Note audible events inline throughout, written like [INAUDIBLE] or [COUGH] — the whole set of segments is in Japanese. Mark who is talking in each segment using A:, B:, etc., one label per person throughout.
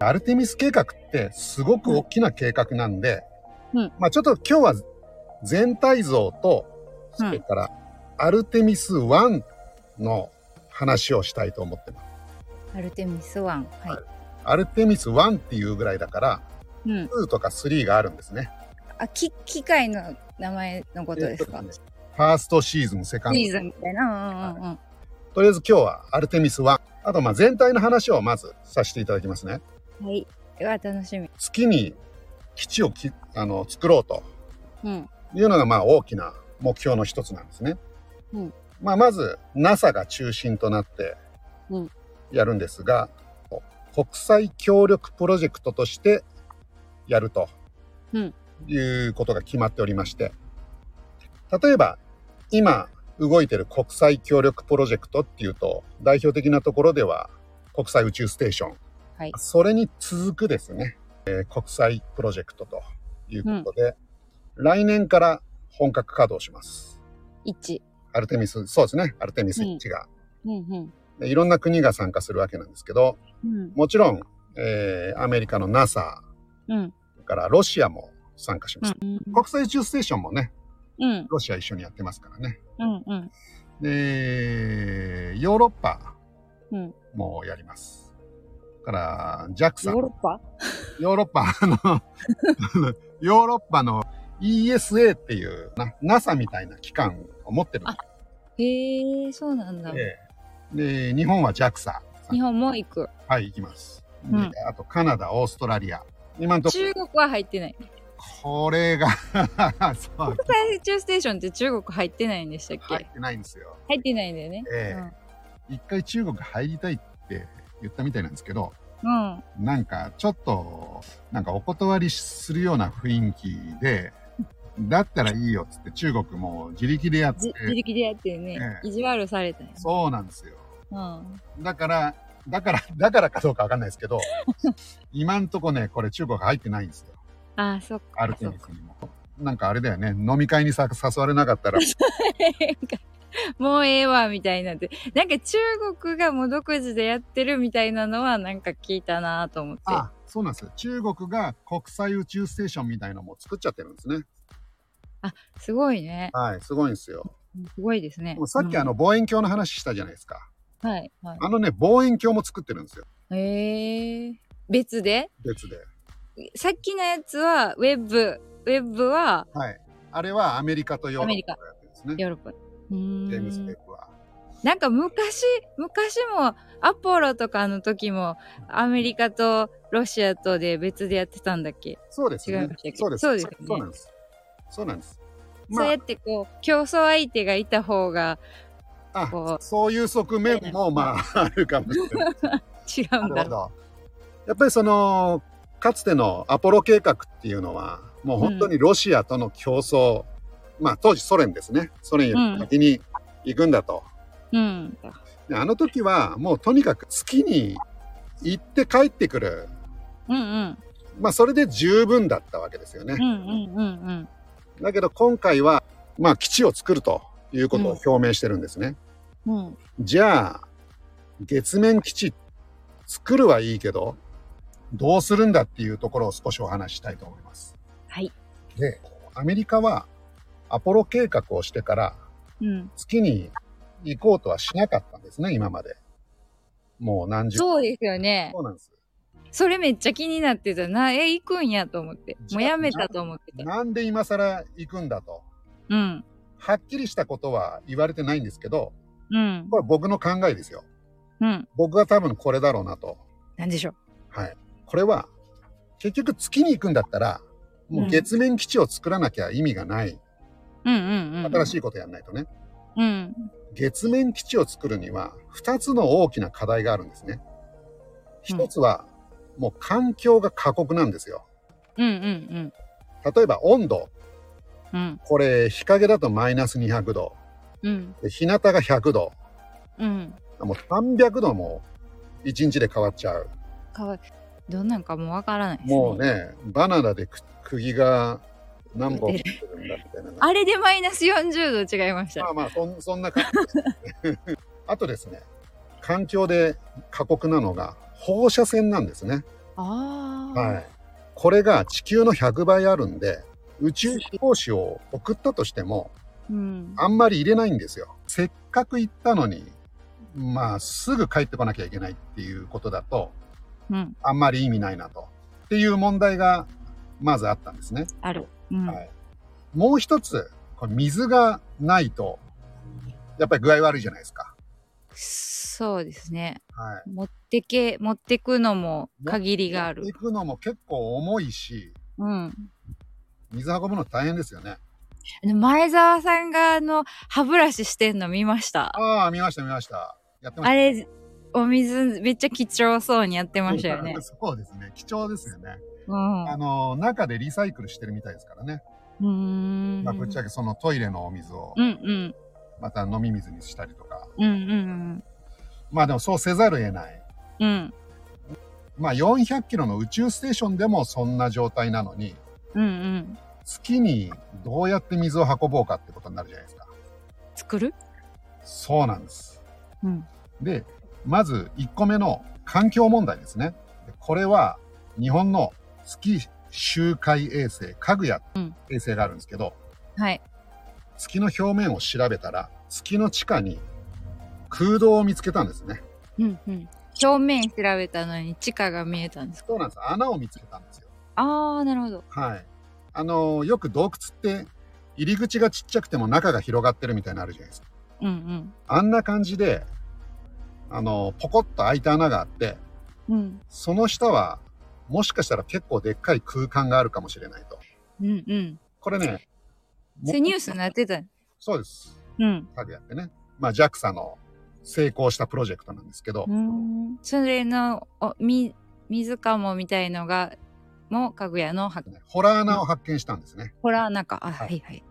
A: アルテミス計画ってすごく大きな計画なんで、
B: うん
A: まあちょっと今日は全体像と、
B: うん
A: それからアルテミス1の話をしたいと思ってます。
B: アルテミスワン。は
A: アルテミス1っていうぐらいだから、
B: い。うん。
A: 2とか3があるんですね。
B: あ、き、機械の名前のことですか
A: えっと。ねファーストシーズン、セカンド
B: シーズンみたいな。うんうんうん。
A: とりあえず今日はアルテミス1。あとまあ全体の話をまずさせていただきますね。
B: はい。では楽しみ。
A: 月に基地をきあの作ろうと
B: うん。
A: いうのがまあ大きな目標の一つなんですね。
B: うん
A: まあ、まず NASA が中心となって
B: うん
A: やるんですが、国際協力プロジェクトとしてやると
B: うん
A: いうことが決まっておりまして例えば今動いてる国際協力プロジェクトっていうと代表的なところでは国際宇宙ステーション
B: はい。
A: それに続くですね、えー国際プロジェクトということで、来年から本格稼働します。
B: 一。
A: アルテミス、そうですね、アルテミス1が。
B: うんうん。
A: でいろんな国が参加するわけなんですけど、
B: うん。
A: もちろん、えーアメリカの NASA
B: うん。
A: からロシアも参加します。
B: うん。
A: 国際宇宙ステーションもね、
B: うん。
A: ロシア一緒にやってますからね。
B: うん。うん。
A: で、ヨーロッパ
B: うん
A: もやります。だから、JAXA
B: ヨーロッパ。
A: ヨーロッパあの、ヨーロッパの ESA っていうな NASA みたいな機関を持ってるの
B: へえ、そうなんだ。
A: で、で、日本は JAXA。
B: 日本も行く。
A: はい、行きます。で
B: うん
A: あとカナダ、オーストラリア。今のとこ
B: 中国は入ってない。
A: これが [LAUGHS] そう、
B: 国際宇宙ステーションって中国入ってないんでしたっけ。
A: 入ってないんですよ。
B: 入ってないんだよね。
A: え一回中国入りたいって言ったみたいなんですけど、
B: うん。うん。
A: なんかちょっと、なんかお断りするような雰囲気で、だったらいいよっつって中国も自力でやって
B: じ、自力でやってね、
A: え
B: 意地悪されたよ。
A: そうなんですよ。
B: うん。
A: だから、だから、だからかどうかわかんないですけ
B: [LAUGHS]
A: ど、今んとこね、これ中国入ってないんですよ。
B: あー、そっか。
A: アルテミスにも。なんかあれだよね、飲み会にさ誘われなか
B: [LAUGHS]
A: ったら、
B: なんかもうええわみたいになってなんか中国がもう独自でやってるみたいなのはなんか聞いたなと思って
A: あ、そうなんですよ。中国が国際宇宙ステーションみたいのも作っちゃってるんですね。
B: すごいね
A: はい、すごいんですよ。
B: すごいですね
A: でもさっきあの望遠鏡の話したじゃないですか。
B: うんはいはい
A: あのね、望遠鏡も作ってるんですよ。
B: へえ別で
A: 別で。
B: さっきのやつはウェブウェブは
A: はい。あれはアメリカとヨーロッパがやってるんですね。
B: ヨーロッパうー
A: ジェームス・ウェ
B: ん
A: ッブは。
B: なんか昔昔もアポロとかの時もアメリカとロシアとで別でやってたんだっけ、
A: そうです
B: 違い
A: ね
B: ましたっ。け
A: そうです。
B: そうですよね
A: そうなんです。そうなんです。
B: そうやってこう競争相手がいた方がこ
A: あ、
B: う
A: そういう側面もまああるかもしれない。
B: 違うんだろう
A: やっぱりそのかつてのアポロ計画っていうのはもう本当にロシアとの競争、まあ当時ソ連ですねソ連より先に行くんだと、
B: うん。
A: であの時はもうとにかく月に行って帰ってくる
B: うんうん。
A: まあそれで十分だったわけですよね
B: う、んうんうんうん。
A: だけど今回はまあ基地を作るということを表明してるんですね、
B: うん。
A: じゃあ、月面基地作るはいいけど、どうするんだっていうところを少しお話ししたいと思います。
B: はい。
A: で、アメリカはアポロ計画をしてから
B: うん。
A: 月に行こうとはしなかったんですね、今まで。もう何十
B: そうですよね
A: そ。うなんです。
B: それめっちゃ気になってたな。え、行くんやと思って。
A: じゃ
B: もうやめたと思ってた。
A: なんで今更行くんだと。
B: うん。
A: はっきりしたことは言われてないんですけど、
B: うん。
A: これ僕の考えですよ。
B: うん。
A: 僕は多分これだろうなと。
B: なんでしょう。
A: はい。これは、結局月に行くんだったら、もう月面基地を作らなきゃ意味がない。
B: うんうんうん。
A: 新しいことやんないとね。
B: うん。
A: 月面基地を作るには、二つの大きな課題があるんですね。
B: うん
A: 一つは、もう環境が過酷なんですよ。
B: うんうん
A: 例えば温度。
B: うん。うん。
A: これ、日陰だとマイナス200度。
B: うん。
A: で日向が100度。
B: うん。
A: もう300度も一日で変わっちゃう。
B: かわいい。どんなんかもうわからないですね。
A: もうね、バナナでく釘が何本入ってるんだみたいな。
B: あれでマイナス40度違いました
A: ま。あまあそんそんな感じです、ね、あとですね環境で過酷なのが放射線なんですね
B: ああ。
A: はい。これが地球の100倍あるんで、宇宙飛行士を送ったとしても、
B: うん。
A: あんまり入れないんですよ。せっかく行ったのに、まあ、すぐ帰ってこなきゃいけないっていうことだと、
B: うん。
A: あんまり意味ないなと。っていう問題が、まずあったんですね。
B: ある。うん。
A: はいもう一つ、これ水がないと、やっぱり具合悪いじゃないですか。
B: そうですね。
A: はい。
B: 持ってけ、持ってくのも限りがある
A: 行。くのも結構重いし、
B: うん。
A: 水運ぶの大変ですよね。
B: で前澤さんがあの、歯ブラシしてんの見ました。
A: ああ、見ました見ました。やってま
B: あ
A: した。
B: れ、お水めっちゃ貴重そうにやってましたよね。
A: そうですね。貴重ですよね。
B: うん。
A: あ
B: う
A: の、中でリサイクルしてるみたいですからね。
B: ーん。
A: まあ、ぶっちゃけそのトイレのお水を
B: う、んうん。
A: また飲み水にしたりとか。
B: うんうん
A: まあでもそうせざるを得ない。
B: うん。うん。
A: まあ400キロの宇宙ステーションでもそんな状態なのに、
B: うんうん。
A: 月にどうやって水を運ぼうかってことになるじゃないですか。
B: 作る
A: そうなんです。
B: うん。
A: で、まず1個目の環境問題ですね。でこれは日本の月周回衛星、かぐや
B: うん
A: 衛星があるんですけど、
B: はい。
A: 月の表面を調べたら、月の地下に空洞を見つけたんですね。
B: うんうん。表面調べたのに地下が見えたんですか
A: そうなんです。穴を見つけたんですよ。
B: ああ、なるほど。
A: はい。あのーよく洞窟って入り口がちっちゃくても中が広がってるみたいなのあるじゃないですか。
B: うん
A: あんな感じで、あのーポコッと開いた穴があって、
B: うん。うん。
A: その下は、もしかしたら結構でっかい空間があるかもしれないと。
B: うんうん。
A: これね、
B: それニュースになってた。
A: そうです。
B: うん。
A: かぐやってね。まあ JAXA の成功したプロジェクトなんですけど、
B: うん。それの、お、み、水かもみたいのが、もう、かぐやのは、
A: ホラー穴を発見したんですね。
B: ホラー中。あ、
A: は
B: はいいはい。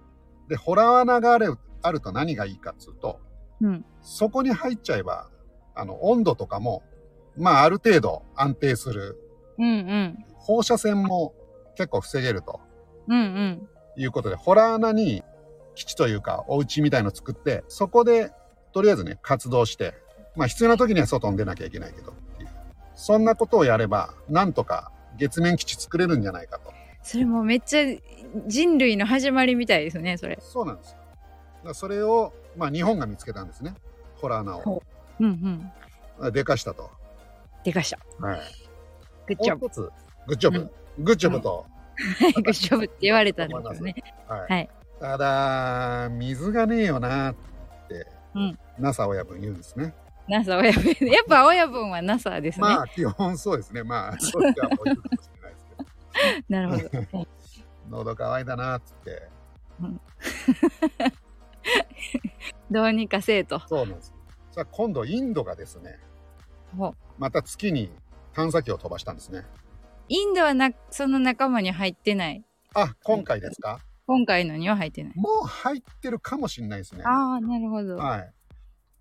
A: で、ホラー穴があるあると何がいいかっつうと、
B: うん。
A: そこに入っちゃえば、あの、温度とかも、まあある程度安定する。
B: うんうん。
A: 放射線も結構防げると
B: うんうん。
A: いうことで、ホラー穴に基地というか、お家みたいの作って、そこで、とりあえずね、活動して、まあ必要な時には外に出なきゃいけないけどっていう。そんなことをやれば、なんとか月面基地作れるんじゃないかと。
B: それもめっちゃ人類の始まりみたいですね、それ。
A: そうなんですよ。だからそれを、まあ日本が見つけたんですね。ホラー穴を。
B: うんうん。
A: でかしたと。
B: でかした。
A: はい。
B: グッジ
A: も
B: ョ
A: う
B: ブ。
A: 一つ、グッジョブ。
B: うん
A: グッジョブと。
B: [LAUGHS] はい、グッジョブって言われたんですよね。
A: はい。
B: はい
A: ただ、水がねえよなって、
B: うん
A: NASA 親分言うんですね。
B: NASA 親分。 [LAUGHS] やっぱ親分は NASA ですね。
A: まあ基本そうですね。
B: [LAUGHS]
A: まあそういうかもいるかもしれないですけ
B: なるほど。
A: ど、喉乾いたなっつって。
B: どうにかせえと。
A: そうなんです。さあ今度インドがですね、
B: ほう
A: また月に探査機を飛ばしたんですね。
B: インドはなその仲間に入ってない。
A: あ、今回ですか？
B: 今回のには入ってない。
A: もう入ってるかもしれないですね。
B: ああ、なるほど。
A: はい。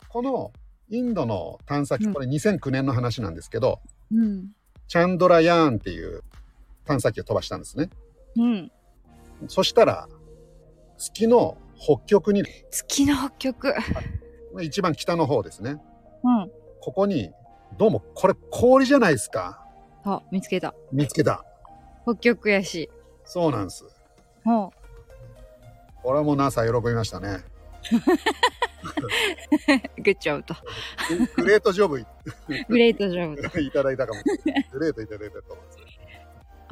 A: このインドの探査機、
B: うん
A: これ2009年の話なんですけど、
B: うん。
A: チャンドラヤーンっていう探査機を飛ばしたんですね。
B: うん。
A: そしたら月の北極に
B: 月の北極。
A: 一番北の方ですね。
B: うん。
A: ここに、どうも、これ氷じゃないですか。
B: あ、見つけた。
A: 見つけた。
B: 北極やし。
A: そうなんです。
B: [LAUGHS] ほ
A: 俺はもう NASA 喜びましたね。
B: う。グッジョブと。
A: グレートジョブい [LAUGHS]
B: グレートジョブと。
A: いただいたかもしれない。グレートいただいたと思うんですよ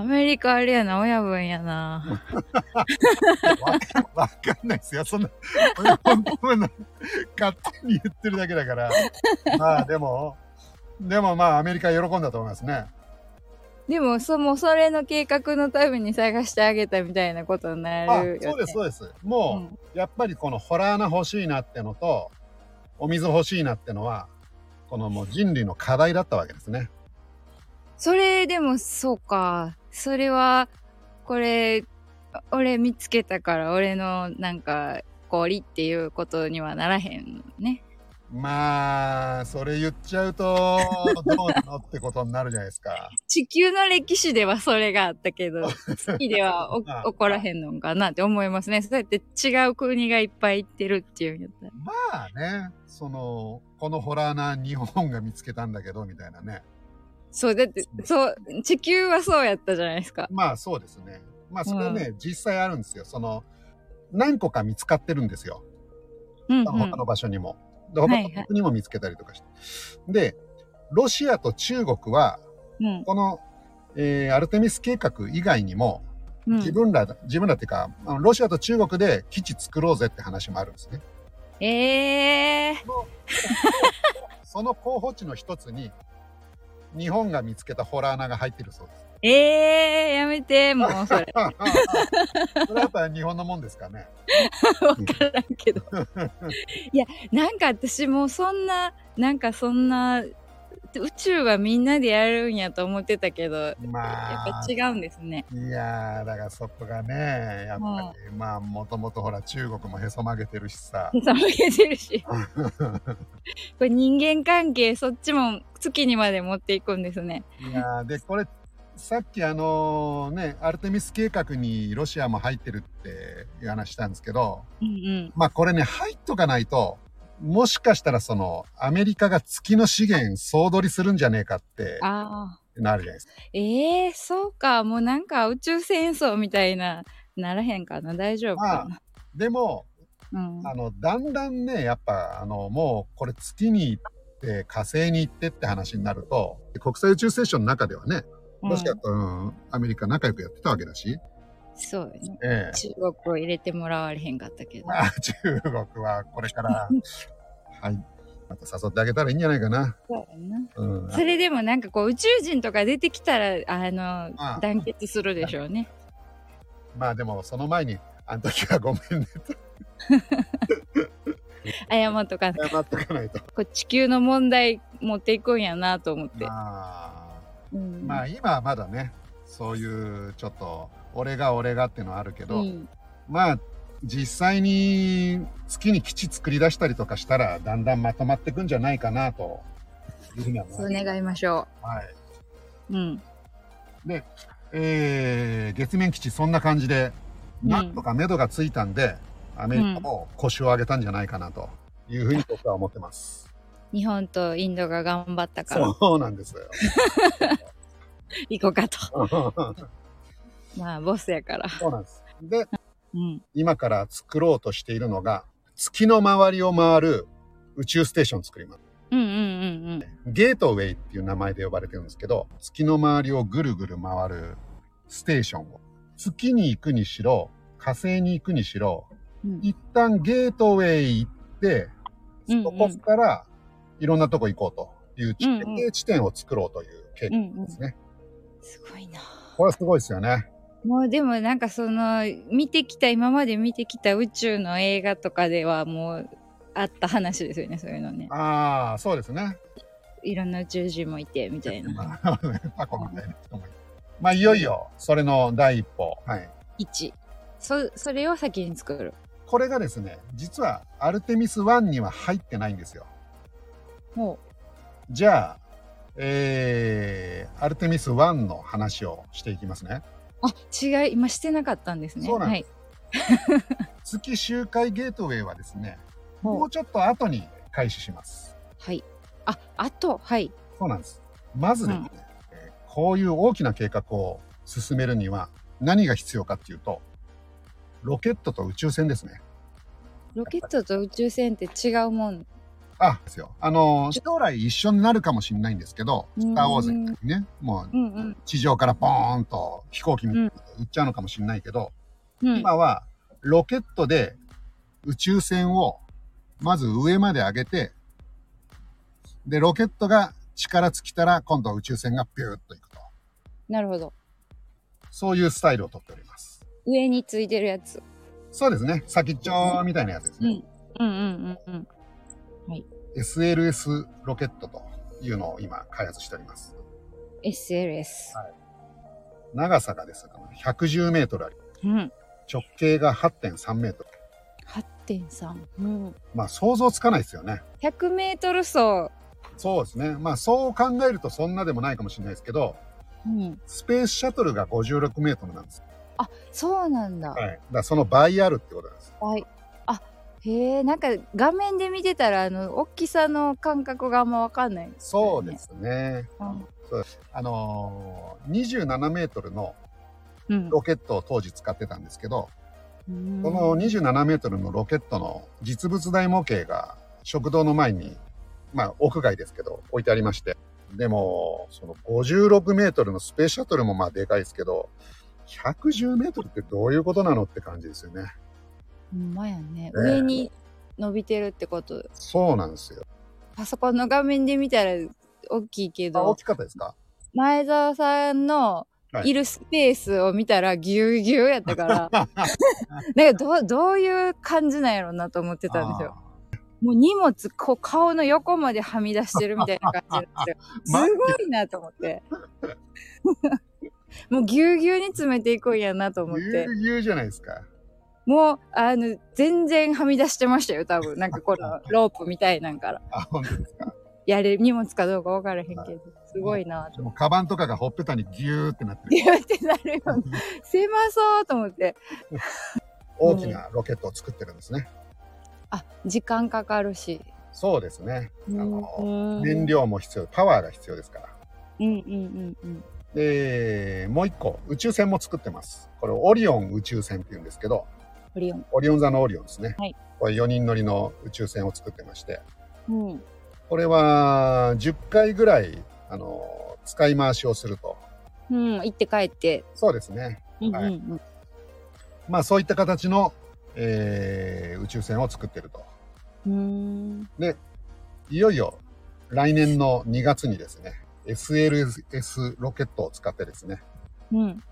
B: アメリカあれやな、親分やな。
A: いやわかん。わかんないですよ。そんな、俺本当に勝手に言ってるだけだから。まあでも、でもまあアメリカ喜んだと思いますね。
B: でも、そ、もうそれの計画のために探してあげたみたいなことにな
A: あ
B: るよ、ね。
A: そうです、そうです。
B: う
A: も
B: ん
A: う、やっぱりこのホラー穴欲しいなってのと、お水欲しいなってのは、このもう人類の課題だったわけですね。
B: それでもそうかそれはこれ俺見つけたから俺のなんか氷っていうことにはならへんね
A: まあ、それ言っちゃうと、どうなのってことになるじゃないですか。 [LAUGHS]
B: 地球の歴史ではそれがあったけど月ではお
A: まあ
B: 起こらへんのかなって思いますねそうやって違う国がいっぱい行ってるっていうんやったら
A: まあね、その、このホラーな日本が見つけたんだけど、みたいなね。
B: そう、だって、そう、地球はそうやったじゃないですか。
A: まあそうですね。まあそれはね、実際あるんですよ。その、何個か見つかってるんですよ。
B: うん、うん。
A: 他の場所にも。で
B: はい
A: 他
B: はい
A: の国にも見つけたりとかして。で、ロシアと中国は、
B: うん
A: この、えーアルテミス計画以外にも、
B: うん
A: 自分ら、自分らっていうか、あのロシアと中国で基地作ろうぜって話もあるんですね。
B: ええー、
A: その候補地の一つに、日本が見つけたホラー穴が入ってるそうです。
B: ええー、やめて、もう
A: [LAUGHS] そ
B: それ。
A: れはやっぱり日本のもんですかね。
B: わからんけ
A: [LAUGHS]
B: ど。いや、なんか私もうそんな、なんかそんな、宇宙はみんなでやるんやと思ってたけど、やっ
A: まあ
B: ぱ、違うんですね。
A: いやー、だからそこがね、やっぱり、まあ、もともとほら、中国もへそ曲げてるし
B: [LAUGHS]
A: さ。
B: へそ曲げてる
A: [LAUGHS]
B: し。これ人間関係、そっちも月にまで持っていくんですね。
A: いやーで、これ、さっきあのね、アルテミス計画にロシアも入ってるっていう話したんですけど、
B: うん
A: まあこれね、入っとかないと、もしかしたらその、アメリカが月の資源総取りするんじゃねえかって
B: うん。ああ。
A: なるじゃないですか。
B: ええー、そうか。もうなんか宇宙戦争みたいな、ならへんかな。大丈夫かな。
A: でも、
B: うん。
A: あの、だんだんね、やっぱ、あの、もうこれ月に行って、火星に行ってって話になると、国際宇宙ステーションの中ではね、ロシアと、うんアメリカ仲良くやってたわけだし、
B: うんそうよね。
A: ええ
B: 中国を入れてもらわれへんかったけ
A: [LAUGHS]
B: ど。
A: まあ、中国はこれ [LAUGHS] から、はい、また誘ってあげたらいいんじゃないかな。
B: そうやな。
A: うん、
B: [LAUGHS] それでもなんかこう宇宙人とか出てきたらあの
A: あ [LAUGHS] あ
B: 団結するでしょう [LAUGHS] ね。
A: まあでも、その前に、あの時はごめ [LAUGHS] んねって
B: 謝っとかない
A: 謝っとかないと。
B: こう地球の問題持っていくんやなと思って。
A: まあ、
B: うん
A: まあ今はまだね、そういうちょっと、俺が俺がっていうのはあるけど、
B: うん
A: まあ、実際に月に基地作り出したりとかしたら、だんだんまとまっていくんじゃないかなと。いうふうには思い
B: そう
A: ます
B: 願いましょ。
A: はいう
B: うん。
A: えー月面基地そんな感じで、
B: うん
A: なんとか目処がついたんで、アメリカも腰を上げたんじゃないかなというふうに僕は思ってます。
B: 日本とインドが頑張ったから
A: そうなんですよ。 [LAUGHS]
B: 行こうかと。
A: そ
B: まあボスやから。
A: うなんです。で、
B: うん。
A: 今から作ろうとしているのが、月の周りを回る宇宙ステーションを作ります。
B: うんうんうんうん。
A: ゲートウェイっていう名前で呼ばれてるんですけど、月の周りをぐるぐる回るステーションを。月に行くにしろ、火星に行くにしろ、
B: うん
A: 一旦ゲートウェイ行って、
B: うんうん
A: そこからいろんなとこ行こうという地点,、
B: うんうん
A: 地点を作ろうという計画ですね。
B: すごいな。
A: これはすごいですよね。
B: もうでもなんかその見てきた今まで見てきた宇宙の映画とかではもうあった話ですよねそういうのね。
A: ああ、そうですね。
B: いろんな宇宙人もいてみたいな。
A: まあ、タコみたいな人もいるまあ、いよいよ、それの第一歩。はい。
B: 1そそれを先に作る
A: これがですね、実はアルテミス1には入ってないんですよ。
B: ほ
A: じゃあ、えー、アルテミス1の話をしていきますね。
B: うあ違い今してなかったんですね
A: そうなん
B: は
A: で
B: い
A: す、月周回ゲートウェイはですね、
B: ほう
A: もうちょっと後に開始します。
B: はい、ああとはい
A: そうなんです。まずですね、えーこういう大きな計画を進めるには何が必要かっていうと、ロケットと宇宙船ですね。
B: ロケットと宇宙船って違うもん
A: あ、ですよ。あの、将来一緒になるかもしれないんですけど、スターウォーズみたいにね、もう
B: うんうん
A: 地上からポーンと飛行機みたいに行っちゃうのかもしれないけど、
B: うん
A: 今はロケットで宇宙船をまず上まで上げて、で、ロケットが力尽きたら今度は宇宙船がピューッと行くと。
B: なるほど
A: そういうスタイルをとっております。
B: 上についてるやつ、
A: そうですね。先っちょみたいなやつですね。
B: うんうんうんうん
A: SLS ロケットというのを今開発しております。
B: SLS、
A: 長さがですね、110メートルあり、
B: うん
A: 直径が8.3メートル。
B: 8.3うん
A: まあ想像つかないですよね。
B: 100メートル走、
A: そうですね。まあそう考えるとそんなでもないかもしれないですけど、
B: うん、
A: スペースシャトルが56メートルなんです。
B: あそうなんだ、
A: はい。だからその倍あるってことなんです。
B: はい。あ、へえ、なんか画面で見てたら、あの大きさの感覚があんまわかんない、
A: そうで。すね。
B: うん
A: あのー27メートルの
B: うん。
A: ロケットを当時使ってたんですけど、
B: うん
A: この27メートルのロケットの実物大模型が食堂の前に、まあ屋外ですけど置いてありまして、でも、その56メートルのスペースシャトルもまあでかいですけど、110メートルってどういうことなのって感じですよね。
B: ほんまやね。
A: え
B: 上に伸びてるってこと。
A: そうなんですよ。
B: パソコンの画面で見たら大きいけ
A: あ、大
B: ど、
A: きかったですか
B: 前澤さんの
A: はい
B: いるスペースを見たらギュうギュうやった [LAUGHS] から、なんかどうどういう感じなんやろうなと思ってたんですよ。もう荷物、こう顔の横まではみ出してるみたいな感じなん
A: [LAUGHS]
B: ですよ。
A: マジ
B: すごいなと思って。 [LAUGHS] もうぎゅうぎゅうに詰めていくんやなと
A: あ
B: 思
A: ー
B: っ
A: ぎゅ
B: て
A: う。ぎゅうじゃないですか。
B: もう、あの、全然はみ出してましたよ、多分。なんかこのロープみたいなんから。
A: あ、本当ですか。
B: やれ、荷物かどうか分からへんけど、すごいなと。 [LAUGHS]
A: もうカバンとかがほっぺたにギューってなってる。
B: ギューってなるような。狭そうと思って。
A: 大きなロケットを作ってるんですね。
B: あ、時間かかるし。
A: そうですね。あの、
B: うん
A: 燃料も必要、パワーが必要ですから。
B: うんうんうんうん。
A: で、もう一個、宇宙船も作ってます。これ、オリオン宇宙船って言うんですけど、
B: オリオン。
A: オリオン座のオリオンですね。
B: はい
A: これ4人乗りの宇宙船を作ってまして、
B: うん。
A: これは10回ぐらい、あの、使い回しをすると。
B: うん、行って帰って。
A: そうですね。
B: うんうん
A: は
B: う
A: い
B: ん。
A: まあ、そういった形の、えー宇宙船を作ってると。
B: うーん
A: いよいよ来年の2月にですね、SLS ロケットを使ってですね、
B: うん、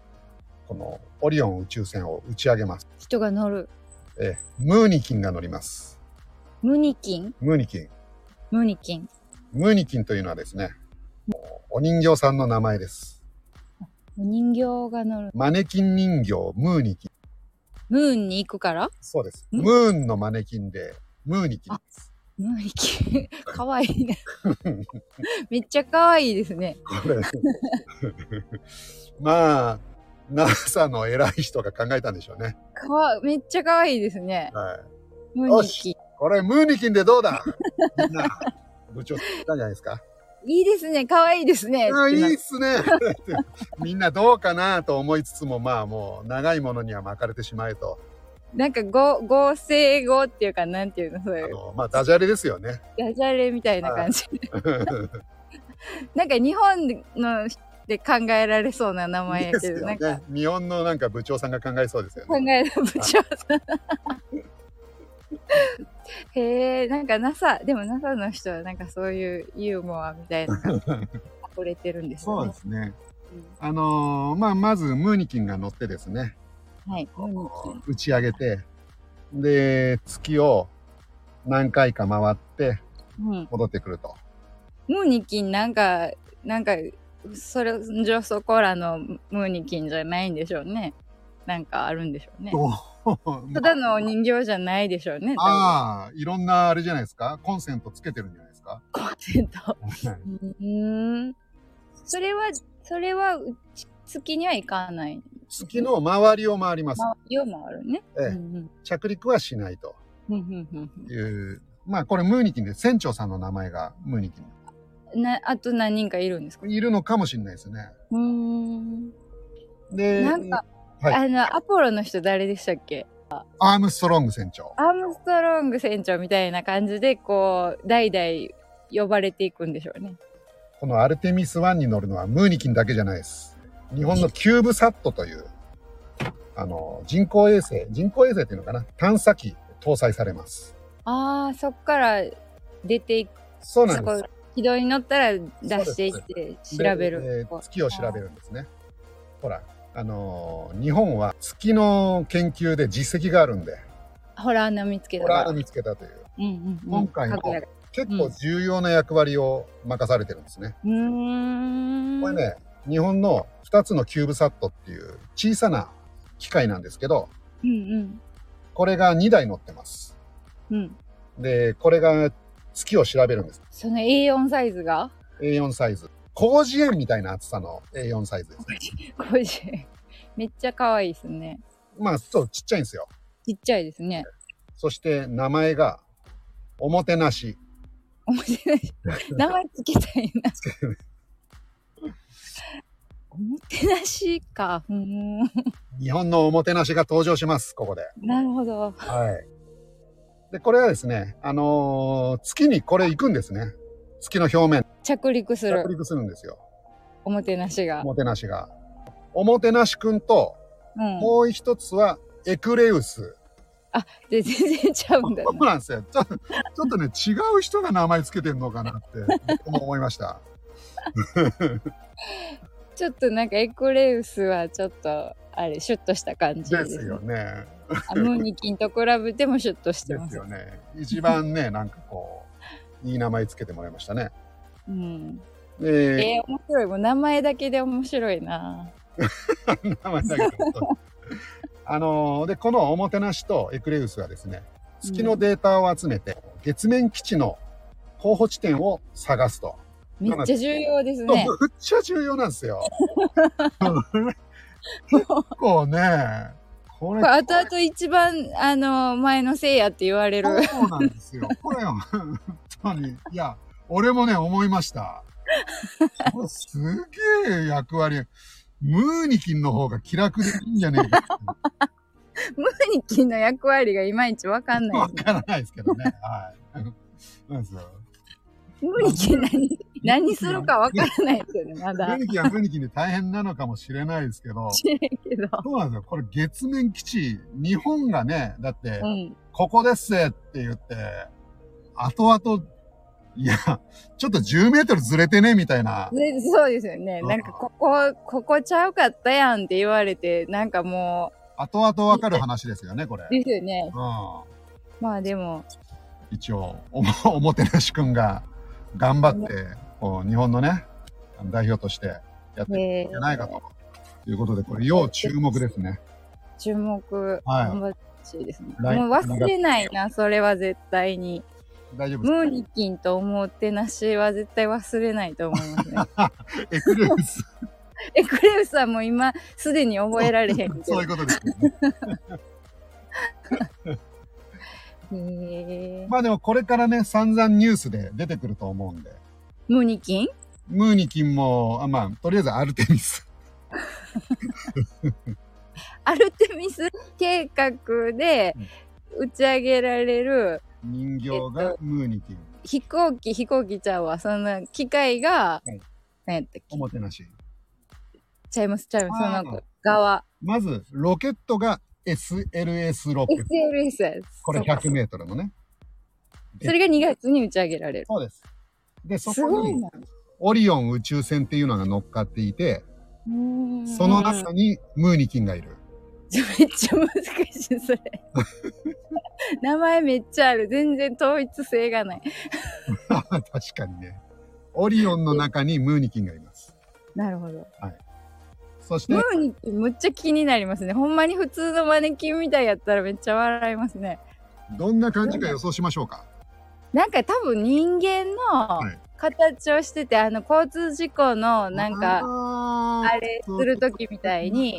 A: このオリオン宇宙船を打ち上げます。
B: 人が乗る。
A: えームーニキンが乗ります。
B: ムニキン
A: ムーニキン。
B: ムニキン。
A: ムーニキンというのはですね、お人形さんの名前です。
B: お人形が乗る。
A: マネキン人形、ムーニキン。
B: ムーンに行くから
A: そうです。
B: ん
A: ムーンのマネキンで、ムーニキンです。
B: ムニキン。 [LAUGHS] かわいいね。めっちゃかわいいですね。
A: これ [LAUGHS] まあ、NASA の偉い人が考えたんでしょうね。
B: かわ、めっちゃかわいいですね。
A: はい。
B: ム
A: よ
B: ニキン
A: し。これ、ムーニキンでどうだみんな、部長、言ったんじゃないですか。
B: いいですね。かわいいですね。
A: あい
B: ってない
A: っすね。 [LAUGHS] みんなどうかなと思いつつも、まあもう、長いものには巻かれてしまえと。
B: なんか、ご、合成語っていうか、なんていうの、そうい
A: あ
B: う、
A: の、まあ、ダジャレですよね。
B: ダジャレみたいな感じ。 [LAUGHS] なんか、日本ので考えられそうな名前やけど、なんか、
A: ね、日本のなんか部長さんが考えそうですよ
B: 考
A: ね。
B: えた部長さん。 [LAUGHS] へえ、なんか NASA、でも NASA の人はなんかそういうユーモアみたいなのが溢れてるんですよね。
A: すね。あのーまあ、まずムーニキンが乗ってですね、
B: うんはい。ムニキン
A: 打ち上げて、で、月を何回か回って
B: うん
A: 戻ってくると。
B: ムーニキンなんか、なんか、それ、じょそこらのムーニキンじゃないんでしょうね。なんかあるんでしょうね。ただのお人形じゃないでしょうね。
A: [LAUGHS] ああ、いろんなあれじゃないですか。コンセントつけてるんじゃないですか。
B: 多分コンセント。うーん。それは、それは、うち月には行かない。
A: [LAUGHS] 月の周りを回ります。
B: まあ、量もあるね。
A: ええ
B: うん
A: 着陸はしないと
B: うんうんうんうん
A: いう。まあこれムーニキンで船長さんの名前がムーニキン。
B: うんなあと何人かいるんですか
A: いるのかもしれないですね。
B: うーん。
A: で、
B: なんか、
A: はい
B: あの、アポロの人誰でしたっけ
A: アームストロング船長。
B: アームストロング船長みたいな感じで、こう、代々呼ばれていくんでしょうね。
A: このアルテミス1に乗るのはムーニキンだけじゃないです。日本のキューブサットという、あの、人工衛星、人工衛星っていうのかな探査機搭載されます。
B: ああ、そっから出ていく。
A: そうな
B: そ
A: んです
B: こ。、軌道に乗ったら出していって調べ
A: でえ
B: る。
A: ー月を調べるんですね。ほら、あのー日本は月の研究で実績があるんで、
B: ホラー穴見つけた
A: これ
B: から
A: は。見つけたという、
B: うんうんうん、
A: 今回の
B: かぐやが
A: 結構重要な役割を任されてるんですね。
B: うーん。
A: これね、日本の2つのキューブサットっていう小さな機械なんですけど、
B: うんうん。
A: これが2台乗ってます。
B: うん。
A: で、これが月を調べるんです。
B: その A4 サイズが
A: A4 サイズ。広辞苑みたいな厚さの A4 サイズです。
B: 50めっちゃ可愛いですね
A: まあ、そう、ちっちゃいんですよ。
B: ちっちゃいで
A: [LAUGHS]
B: すね
A: そして名前が、おもてなし。
B: 面白い名前つけたいなおもてなしか。ふーん。
A: 日本のおもてなしが登場します、ここで。
B: なるほど。
A: はい。で、これはですね、あのー月にこれ行くんですね。月の表面、
B: 着陸す
A: 着
B: る
A: 陸するんですよ。
B: おもてなしが
A: お。もてなしが。おもてなしくんと、
B: うん。
A: もう一つは、エクレウス。
B: で、全然ちゃうんだよ
A: そうなんですよ。ちょちょっとね、違う人が名前つけてんのかなって、僕も思いま
B: [LAUGHS]
A: した。
B: ちょっとなんかエクレウスはちょっと、あれ、シュッとした感じ
A: ですよ。ね。
B: あムーニキンと比べてもシュッとして
A: で
B: ますす。
A: よね。一番ね、なんかこう、いい名前つけてもらいましたね。
B: うん。
A: え
B: えー、面白い。もう名前だけで面白いな。
A: ー、名前だけど。本当にあのーで、このおもてなしとエクレウスはですね、月のデータを集めて、月面基地の候補地点を探すと。
B: めっちゃ重要ですね。
A: むっちゃ重要なんです
B: [LAUGHS]
A: よ。結構ね、こ
B: こ
A: れ
B: れ後々一番、あの、前のせいやって言われる。
A: そうなんですよ。これは本当に。いや、俺もね、思いました。これすげえ役割。ムーニキンの方が気楽でいいんじゃねえかって。
B: ムーニキンの役割がいまいちわかんない
A: わ
B: で
A: からないですけどね。はい。なんですよ。
B: す。ムーニキン何、何するかわからないですよね、
A: ム
B: ま
A: ー
B: だ。
A: ニキンはムーニキンで大変なのかもしれないですけど、
B: 知らんけど。
A: そうなんですよ。これ月面基地、日本がね、だって、
B: うん。
A: ここですって言って、後々、いや、ちょっと10メートルずれてね、みたいな。
B: でそうですよね。
A: うん
B: なんか、ここ、ここちゃうかったやんって言われて、なんかも
A: 後々わかる話ですよね、これ。
B: う、ですよね。
A: うん。
B: まあでも、
A: 一応、おも、 [LAUGHS] おもてなしくんが頑張って、こう、日本のね、代表としてやってい
B: え
A: くんじゃないかと。いうことで、これ、要注目ですね。
B: 注目、
A: はい
B: 頑張ってほしいですね。
A: 来
B: もう忘れないな、それは絶対に。
A: 大丈夫
B: ムーニキンとおもてなしは絶対忘れないと思いますね。
A: ですかエクレウ
B: [LAUGHS]
A: ス。
B: エクレウスはもう今、すでに覚えられへん
A: [LAUGHS]
B: け
A: そ
B: ど
A: ういう。ことですよね。
B: へえ。
A: まあでも、これからね、散々ニュースで出てくると思うんで。
B: ムーニキン
A: ムーニキンも、あまあ、とりあえずアルテミス。
B: [LAUGHS] アルテミス計画で打ち上げられる
A: 人形がムーニキン、
B: 飛行機、飛行機ちゃうわ。その機械が、
A: い
B: 何やったっ
A: お
B: け
A: もてなし。
B: ちゃいます、ちゃいます。
A: あー
B: その側。
A: まず、ロケットが SLS ロケット。
B: SLS です。
A: これ
B: そうか
A: 100メートルのね。
B: それが2月に打ち上げられる。
A: そうです。で、そ
B: す
A: こ
B: ごい
A: に
B: な。
A: オリオン宇宙船っていうのが乗っかっていて、
B: うーん
A: その
B: [LAUGHS]
A: 中にムーニキンがいる。 [LAUGHS]
B: めっちゃ難しい、それ。 [LAUGHS] 名前めっちゃある。全然統一性がない。
A: 確かにね。オリオンの中にムーニキンがいます。
B: なるほど。
A: そして
B: ム、ーニキンむっちゃ気になりますね。ほんまに普通のマネキンみたいやったらめっちゃ笑いますね。
A: どんな感じか予想しましょうか。
B: なんか多分人間の
A: はい
B: 形をしてて、あの交通事故のなんか、
A: あ
B: あれする時みたいに、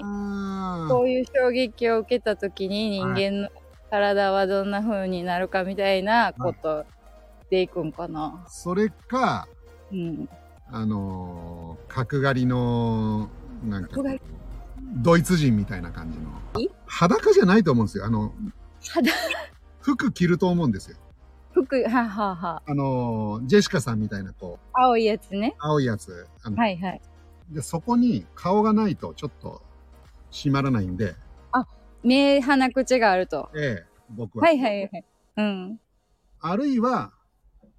B: こういう衝撃を受けた時に人
A: は
B: 間の体はどんな風になるかみたいなことでいくんかな。
A: それか、
B: うん。
A: あのー角刈りのなんかこう
B: 角刈り
A: ドイツ人みたいな感じの裸じゃないと思うんですよあの
B: 肌、
A: 服着ると思うんですよ
B: 服、はあはあはあ
A: あのージェシカさんみたいなこう
B: 青いやつね。
A: 青いやつあの、
B: はいはい。
A: でそこに顔がないとちょっと締まらないんで、
B: 目、鼻、口があると。
A: ええ僕は、
B: はいはいはい。うん。
A: あるいは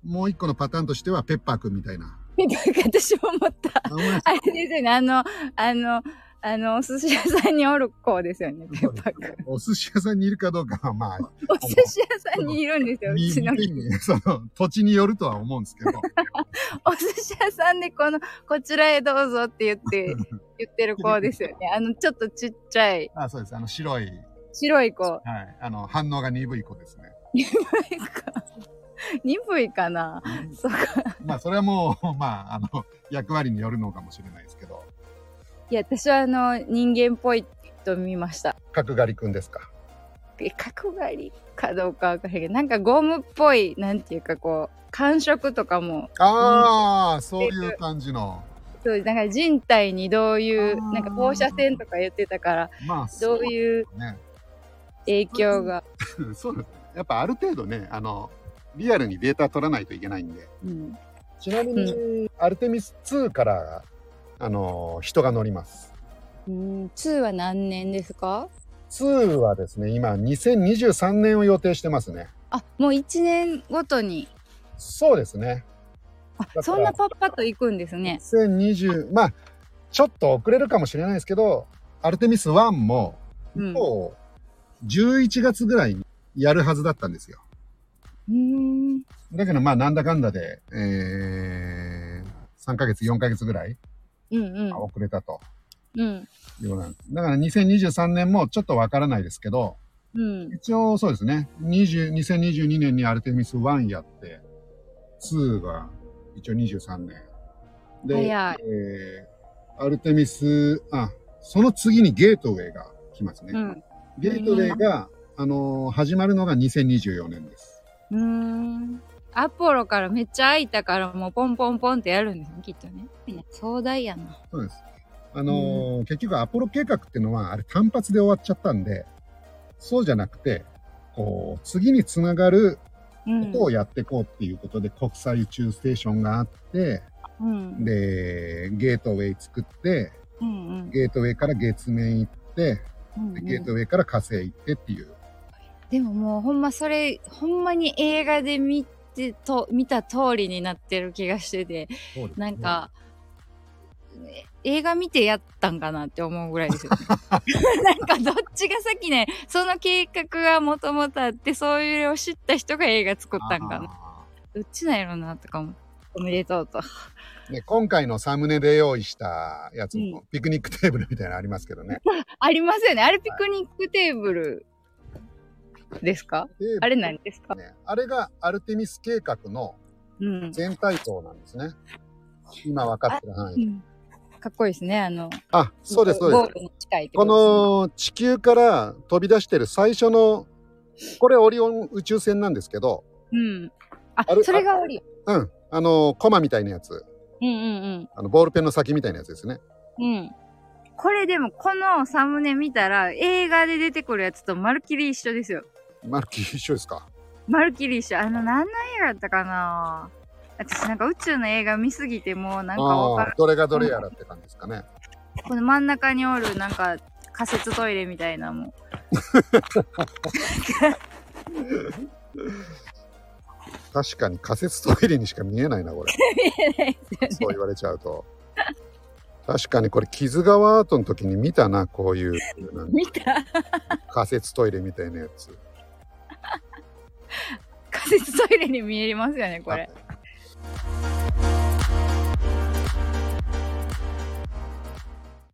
A: もう一個のパターンとしてはペッパーくんみたいな
B: なんか私も思った。
A: あ思いました
B: あれですよね。あの、あの、あの、お寿司屋さんにおる子ですよね。ペッパー君。
A: お寿司屋さんにいるかどうかはまあ
B: お寿司屋さんにいるんですよ。う
A: み
B: ちの。
A: みんなその土地によるとは思うんですけど [LAUGHS]
B: お寿司屋さんでこの、こちらへどうぞって言って、言ってる子ですよね。あの、ちょっとちっちゃい、
A: あそうですあの白い
B: 白い子。
A: はい、あの反応が鈍い子ですね。
B: 鈍いかなそうか。
A: まあそれはもう、まあ、あの役割によるのかもしれないですけど。
B: いや、私はあの、人間っぽいと見ました。
A: 角刈りくんですか。
B: え角刈りかどうかわからへんけどなんかゴムっぽいなんていうかこう感触とかも
A: ああ、そういう感じの。
B: そう、だから人体にどういう
A: あ、ー
B: なんか放射線とか言ってたから、
A: まあ、
B: どういう
A: うね。
B: 影響が。
A: そうですね。やっぱある程度ね、あの、リアルにデータ取らないといけないんで。
B: うん。
A: ちなみに、アルテミス2から、あの、人が乗ります。
B: うん、2は何年ですか
A: 2はですね、今、2023年を予定してますね。
B: あ、もう1年ごとに。
A: そうですね。
B: あ、
A: ら
B: そんなパッパッと行くんですね。
A: 2020、まあ、ちょっと遅れるかもしれないですけど、アルテミス1も、
B: うん。
A: もう、11月ぐらいにやるはずだったんですよ。
B: うん。
A: だけど、まあ、なんだかんだで、えー、3ヶ月、4ヶ月ぐらい
B: うん
A: 遅れたと
B: うん。うん。
A: いうことなんです。だから、2023年もちょっとわからないですけど、
B: うん。
A: 一応そうですね、20 2022年にアルテミス1やって、2が一応23年。で、
B: 早い
A: えーアルテミス、あ、その次にゲートウェイが来ますね。
B: うん。
A: ゲートウェイが、あのー始まるのが2024年です。
B: うん。アポロからめっちゃ空いたからもうポンポンポンってやるんですね、きっとね。壮大やな。
A: そうです。あのー結局アポロ計画っていうのは、あれ単発で終わっちゃったんで、そうじゃなくて、こう、次につながる
B: う
A: こ
B: ん
A: と。をやっていこうっていうことで、国際宇宙ステーションがあって、
B: うん。
A: で、ゲートウェイ作って、
B: うんうん。
A: ゲートウェイから月面行って、
B: うんう
A: で
B: ん
A: ゲートウェイから火星行ってっていう。
B: でももうほんまそれほんまに映画で見てと見た通りになってる気がしててなんか、え映画見てやったんかなって思うぐらいですよ、
A: [LAUGHS]
B: ね、なんかどっちが先ねその計画がもともとあってそういうのを知った人が映画作
A: あ
B: っ
A: ー、
B: たんかなどっちなんやろなとかもおめでとうと
A: ね、今回のサムネで用意したやつも、
B: う
A: ピクニックテーブルみたいなのありますけどね。
B: ありますよねあれピクニックテーブルですか
A: で
B: [LAUGHS] あれ何ですか
A: ね、あれがアルテミス計画の
B: うん、
A: 全体像なんですね。今分かってる範
B: う
A: 囲。
B: んかっこいいですねあの
A: あ、そうです、そう
B: ゴ
A: で
B: ー
A: す。
B: ルに近いって
A: こ
B: とですね
A: の地球から飛び出してる最初の、これオリオン宇宙船なんですけど、
B: うん。あ
A: あ、る
B: それがオリオン。
A: うん、あの、コマみたいなやつ、
B: うんうん
A: あの、ボールペンの先みたいなやつですね。
B: うん。うん。これでも、このサムネ見たら、映画で出てくるやつとまるっきり一緒ですよ。
A: マルキー一緒ですか
B: まるっきり一緒。あの、何の映画だったかな私なんか宇宙の映画見すぎてもうなんかわか
A: あ
B: ら
A: あどれがどれやらって感じですかね。
B: ん。この真ん中におるなんか仮設トイレみたいなもん。
A: 確かに仮設トイレにしか見えないな、
B: [LAUGHS]
A: これ。そう言われちゃうと。確かにこれ、木津川アートの時に見たな、こういう、なんか
B: [LAUGHS] 見た
A: 仮設トイレみたいなやつ。
B: 仮設トイレに見えますよね、これ。
A: あ